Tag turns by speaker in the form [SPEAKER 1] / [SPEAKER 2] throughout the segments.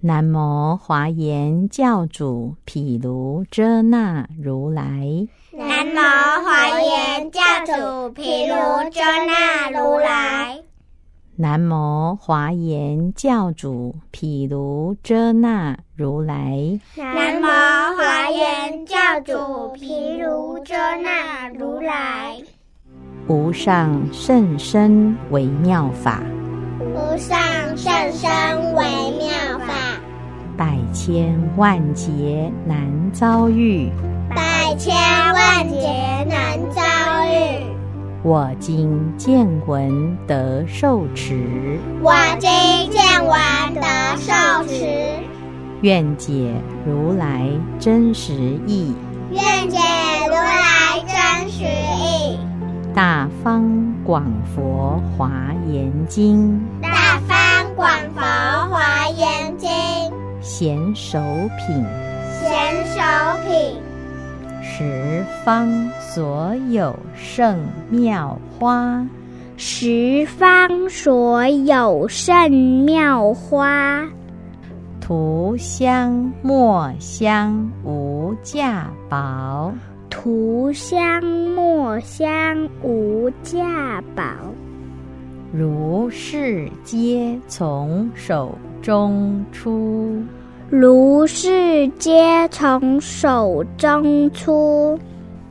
[SPEAKER 1] 南无华严教主毗卢遮那如来，
[SPEAKER 2] 南无华严教主毗卢遮那如来，
[SPEAKER 1] 南无华严教主毗卢遮那如来，
[SPEAKER 2] 南无华严教主毗卢遮那如来，
[SPEAKER 1] 无上甚深微妙法，
[SPEAKER 2] 无上甚深微妙法，
[SPEAKER 1] 百千万劫难遭遇。
[SPEAKER 2] 百千万劫难遭遇。
[SPEAKER 1] 我今见闻得受持，
[SPEAKER 2] 我今见闻得受持，
[SPEAKER 1] 愿解如来真实义，
[SPEAKER 2] 愿解如来真实义。
[SPEAKER 1] 大方广佛华严经，
[SPEAKER 2] 大方广佛华严经，
[SPEAKER 1] 贤首品，
[SPEAKER 2] 贤首品，
[SPEAKER 1] 十方所有圣妙花，
[SPEAKER 3] 十方所有圣妙花，
[SPEAKER 1] 涂香墨香无价宝，
[SPEAKER 3] 涂香墨香无价宝，
[SPEAKER 1] 如是皆从手中出。
[SPEAKER 3] 如是皆从手中出，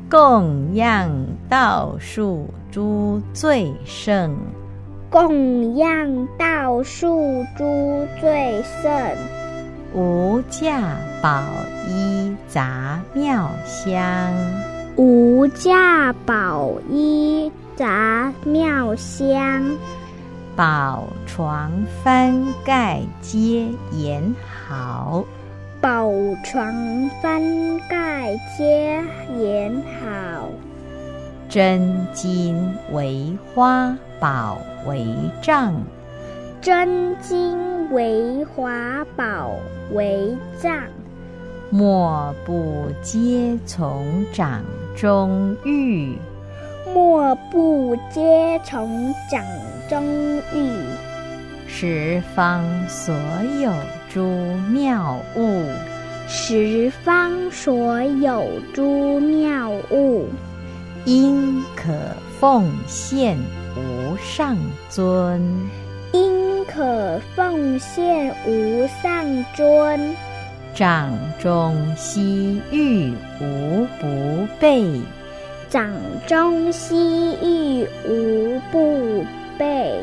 [SPEAKER 1] 供养道数诸最胜，
[SPEAKER 3] 供养道数诸最胜，
[SPEAKER 1] 无价宝衣杂妙香，
[SPEAKER 3] 无价宝衣杂妙香，
[SPEAKER 1] 宝床翻盖皆言好，
[SPEAKER 3] 宝床翻盖皆言好，
[SPEAKER 1] 真金为花宝为帐，
[SPEAKER 3] 真金为华宝为藏，
[SPEAKER 1] 莫不皆从掌中遇。
[SPEAKER 3] 莫不皆从掌中遇。
[SPEAKER 1] 十方所有诸妙物，
[SPEAKER 3] 十方所有诸妙物，
[SPEAKER 1] 因可奉献无上尊。
[SPEAKER 3] 因可奉献无上尊。
[SPEAKER 1] 掌中悉欲无不备，
[SPEAKER 3] 掌中悉欲无不备，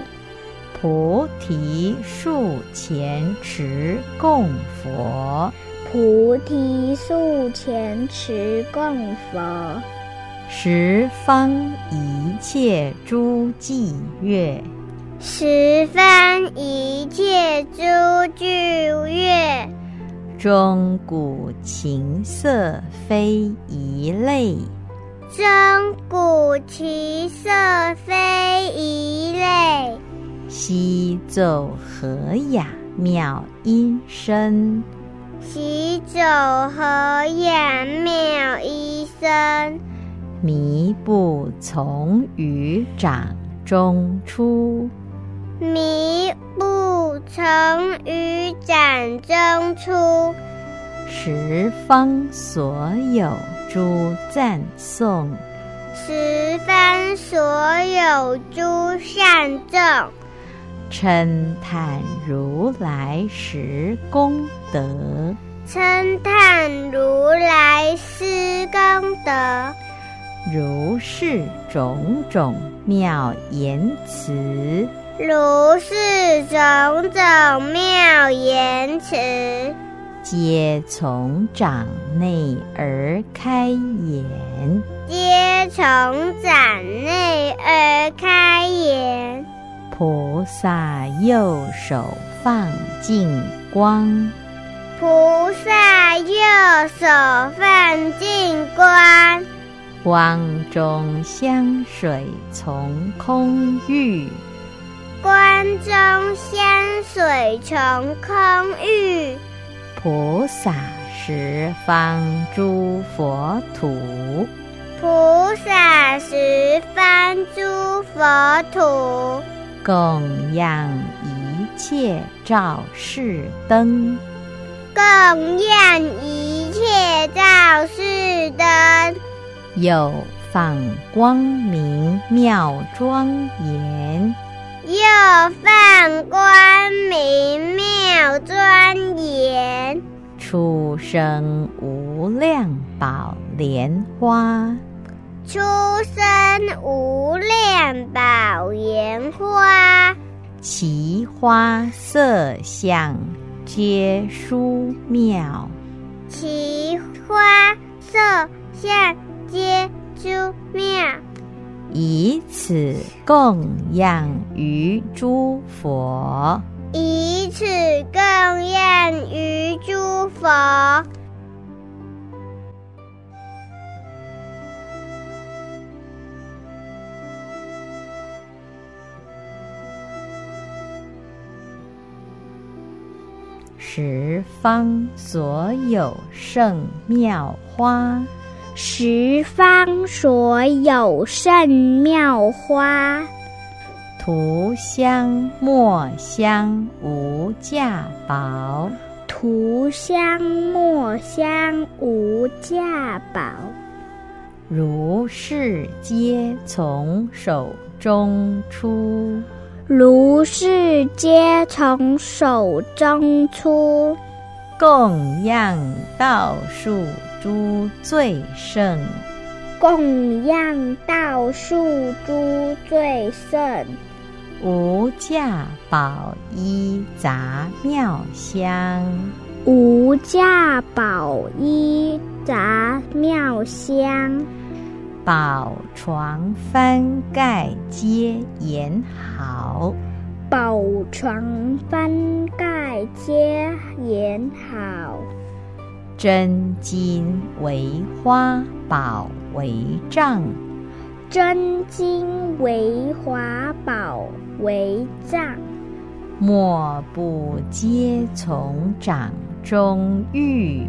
[SPEAKER 1] 菩提树前持供佛，
[SPEAKER 3] 菩提树前持供佛。
[SPEAKER 1] 十方一切诸伎乐，
[SPEAKER 2] 十分一切诸具乐，
[SPEAKER 1] 钟鼓琴瑟非一类。
[SPEAKER 2] 真鼓其色非一类。
[SPEAKER 1] 悉奏和雅妙音声，
[SPEAKER 2] 喜酒和眼妙医生，
[SPEAKER 1] 迷不从于掌中出。
[SPEAKER 2] 迷不从于掌中出，
[SPEAKER 1] 十方所有诸赞颂，
[SPEAKER 2] 十方所有诸善众，
[SPEAKER 1] 称叹如来十功德。
[SPEAKER 2] 称叹如来施功德，
[SPEAKER 1] 如是种种妙言辞，
[SPEAKER 2] 如是种种妙言辞，
[SPEAKER 1] 皆从掌内而开演。
[SPEAKER 2] 皆从掌内而开言。
[SPEAKER 1] 菩萨右手放净光，
[SPEAKER 2] 菩萨右手放净光，
[SPEAKER 1] 汪中香水从空域，
[SPEAKER 2] 光中香水从空域，
[SPEAKER 1] 菩萨十方诸佛土。
[SPEAKER 2] 菩萨十方诸佛土，
[SPEAKER 1] 供养一切照世灯，
[SPEAKER 2] 供养一切照世灯，
[SPEAKER 1] 有放光明妙庄严。
[SPEAKER 2] 又放光明妙庄严，
[SPEAKER 1] 出生无量宝莲花，
[SPEAKER 2] 出生无量宝莲花。
[SPEAKER 1] 其花色相皆殊妙。
[SPEAKER 2] 其花色相皆诸妙，
[SPEAKER 1] 以此供养于诸佛，
[SPEAKER 2] 以此供养于诸佛。
[SPEAKER 1] 十方所有圣妙花，
[SPEAKER 3] 十方所有圣妙花，
[SPEAKER 1] 涂香墨香无价宝，
[SPEAKER 3] 涂香墨香无价宝，
[SPEAKER 1] 如是皆从手中出。
[SPEAKER 3] 如是皆从手中出，
[SPEAKER 1] 供养道数诸最胜，
[SPEAKER 3] 供养道数诸最胜，
[SPEAKER 1] 无价宝衣杂妙香，
[SPEAKER 3] 无价宝衣杂妙香，
[SPEAKER 1] 宝床翻盖皆严好，
[SPEAKER 3] 宝床翻盖皆言好，
[SPEAKER 1] 真金为花宝为帐，
[SPEAKER 3] 真金为华宝为藏，
[SPEAKER 1] 莫不皆从掌中遇。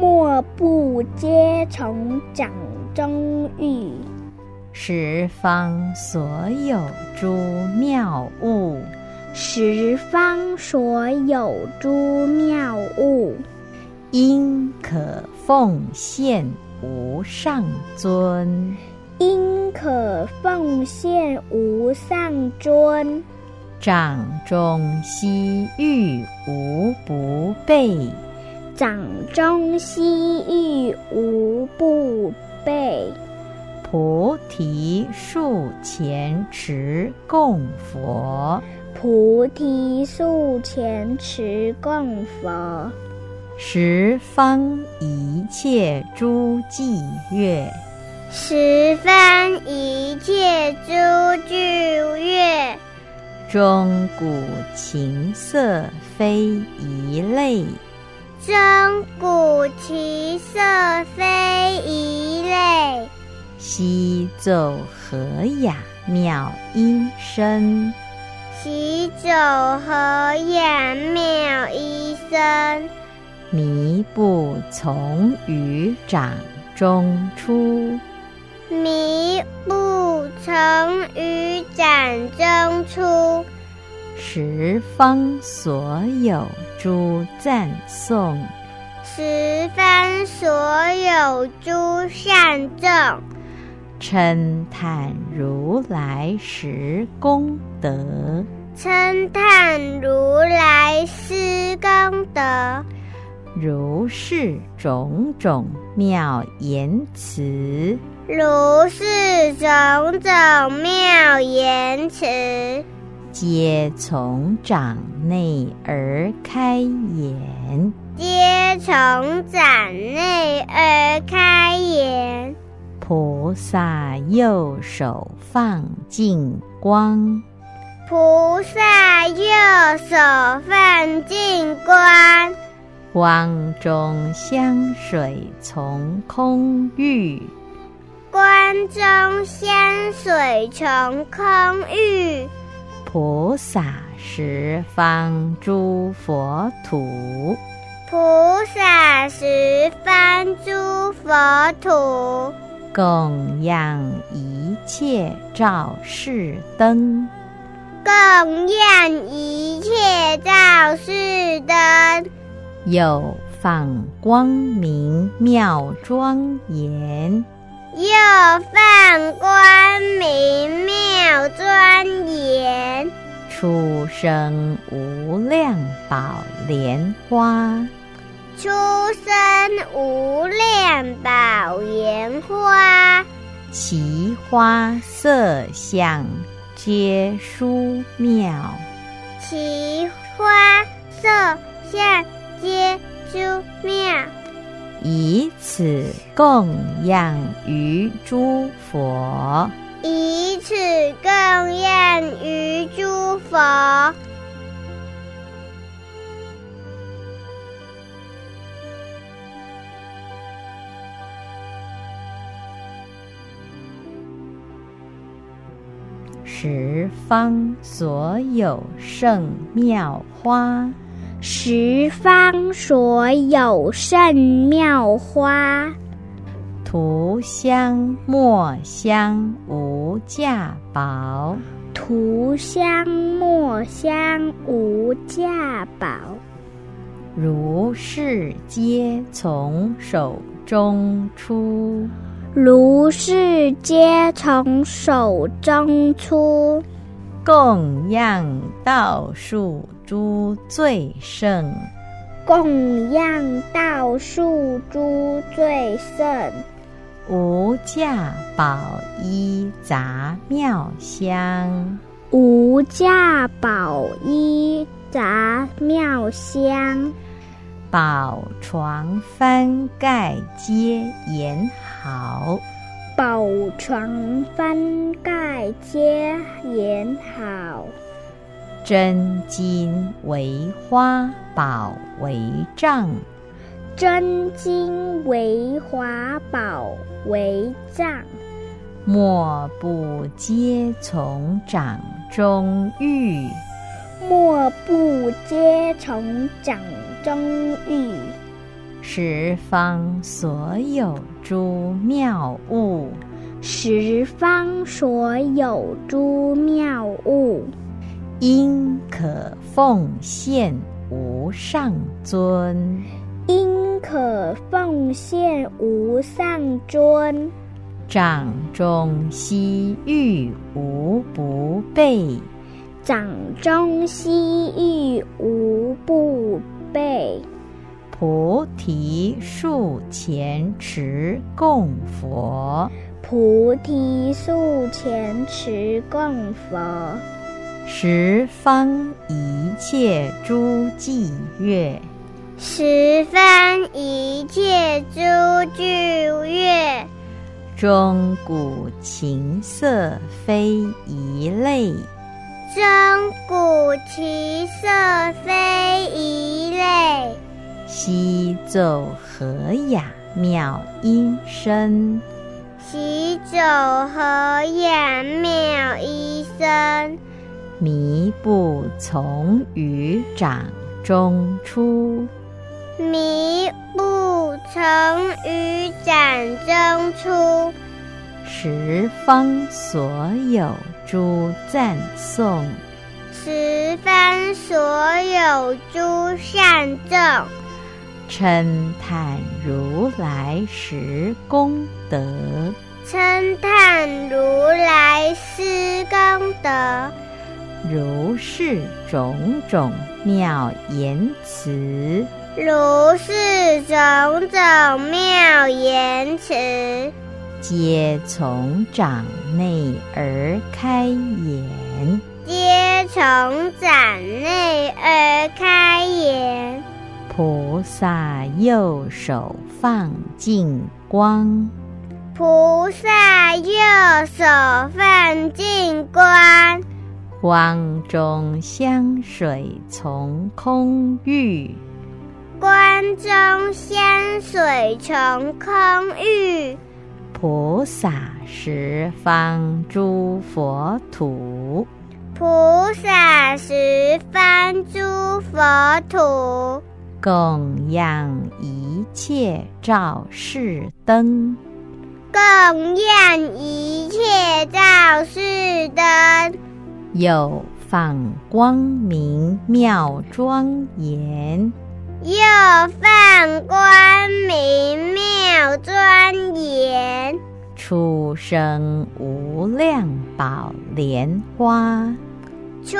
[SPEAKER 3] 莫不皆从掌中遇。
[SPEAKER 1] 十方所有诸妙物，
[SPEAKER 3] 十方所有诸妙物，
[SPEAKER 1] 应可奉献无上尊。
[SPEAKER 3] 应可奉献无上尊。
[SPEAKER 1] 掌中西域无不备，
[SPEAKER 3] 掌中西域无不备，
[SPEAKER 1] 菩提树前持供佛。
[SPEAKER 3] 菩提树前持供佛。
[SPEAKER 1] 十方一切诸伎乐，
[SPEAKER 2] 十方一切诸具乐，
[SPEAKER 1] 钟鼓琴瑟非一类。
[SPEAKER 2] 钟鼓其色非一类，
[SPEAKER 1] 西奏和雅妙音声，
[SPEAKER 2] 其走和雅妙一生，
[SPEAKER 1] 迷不从于掌中出。
[SPEAKER 2] 迷不从于掌中出，
[SPEAKER 1] 十方所有诸赞颂，
[SPEAKER 2] 十方所有诸善众，
[SPEAKER 1] 称叹如来十功德。
[SPEAKER 2] 称叹如来施功德，
[SPEAKER 1] 如是种种妙言辞，
[SPEAKER 2] 如是种种妙言辞。
[SPEAKER 1] 皆从掌内而开演。
[SPEAKER 2] 皆从掌内而开眼，
[SPEAKER 1] 菩萨右手放净光，
[SPEAKER 2] 菩萨右手放净光，
[SPEAKER 1] 汪中香水从空域，
[SPEAKER 2] 关中香水从空域，
[SPEAKER 1] 菩萨十方诸佛土。
[SPEAKER 2] 菩萨十方诸佛土，
[SPEAKER 1] 供养一切照世灯，
[SPEAKER 2] 供养一切照世灯，
[SPEAKER 1] 有放光明妙庄严，
[SPEAKER 2] 又放光明妙庄严，
[SPEAKER 1] 出生无量宝莲花，
[SPEAKER 2] 出生无量宝莲花，
[SPEAKER 1] 其花色相皆殊妙，
[SPEAKER 2] 其花色相皆诸妙，
[SPEAKER 1] 以此供养于诸佛。
[SPEAKER 2] 以此供养于诸佛。
[SPEAKER 1] 十方所有圣妙花，
[SPEAKER 3] 十方所有圣妙花，
[SPEAKER 1] 涂香墨香无价宝，
[SPEAKER 3] 涂香墨香无价宝，
[SPEAKER 1] 如是皆从手中出。
[SPEAKER 3] 如是皆从手中出，
[SPEAKER 1] 供养道数诸最圣，
[SPEAKER 3] 供养道数诸最胜，
[SPEAKER 1] 无价宝衣杂妙香，
[SPEAKER 3] 无价宝衣杂妙香。
[SPEAKER 1] 宝床翻盖皆严好，
[SPEAKER 3] 宝床翻盖皆言好，
[SPEAKER 1] 真金为花宝为帐，
[SPEAKER 3] 真金为华宝为藏，
[SPEAKER 1] 莫不皆从掌中遇。
[SPEAKER 3] 莫不皆从掌中遇。
[SPEAKER 1] 十方所有诸妙物，
[SPEAKER 3] 十方所有诸妙物，
[SPEAKER 1] 因可奉献无上尊。
[SPEAKER 3] 因可奉献无上尊。
[SPEAKER 1] 掌中西域无不备，
[SPEAKER 3] 掌中西域无不备，
[SPEAKER 1] 菩提树前持供佛。
[SPEAKER 3] 菩提树前持供佛。
[SPEAKER 1] 十方一切诸伎乐，
[SPEAKER 2] 十方一切诸具乐，
[SPEAKER 1] 钟鼓琴瑟非一类，
[SPEAKER 2] 钟鼓其色非一类，
[SPEAKER 1] 西奏和雅妙音声。
[SPEAKER 2] 喜酒和雅妙医生，
[SPEAKER 1] 靡不从于掌中出，
[SPEAKER 2] 迷不从于掌中出，
[SPEAKER 1] 十方所有诸赞颂，
[SPEAKER 2] 十方所有诸善众。
[SPEAKER 1] 称叹如来实功德。
[SPEAKER 2] 称叹如来施功德，
[SPEAKER 1] 如是种种妙言辞，
[SPEAKER 2] 如是种种妙言辞，
[SPEAKER 1] 皆从掌内而开演。
[SPEAKER 2] 皆从掌内而开言。
[SPEAKER 1] 菩萨右手放净光，
[SPEAKER 2] 菩萨右手放净光，
[SPEAKER 1] 光中香水从空域。
[SPEAKER 2] 关中仙水从空域，
[SPEAKER 1] 菩萨十方诸佛土，
[SPEAKER 2] 菩萨十方诸佛土，
[SPEAKER 1] 供养一切照世灯。
[SPEAKER 2] 供养一切照世灯，
[SPEAKER 1] 有放光明妙庄严，
[SPEAKER 2] 又放光明妙庄严，
[SPEAKER 1] 出生无量宝莲花，
[SPEAKER 2] 出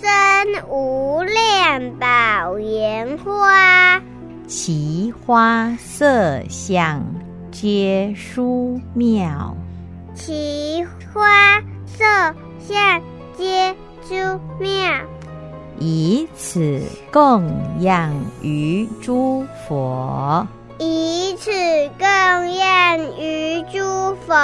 [SPEAKER 2] 生无量宝莲花，
[SPEAKER 1] 其花色相皆殊妙。
[SPEAKER 2] 其花色相皆诸妙，
[SPEAKER 1] 以此供养于诸佛。
[SPEAKER 2] 以此供养于诸佛。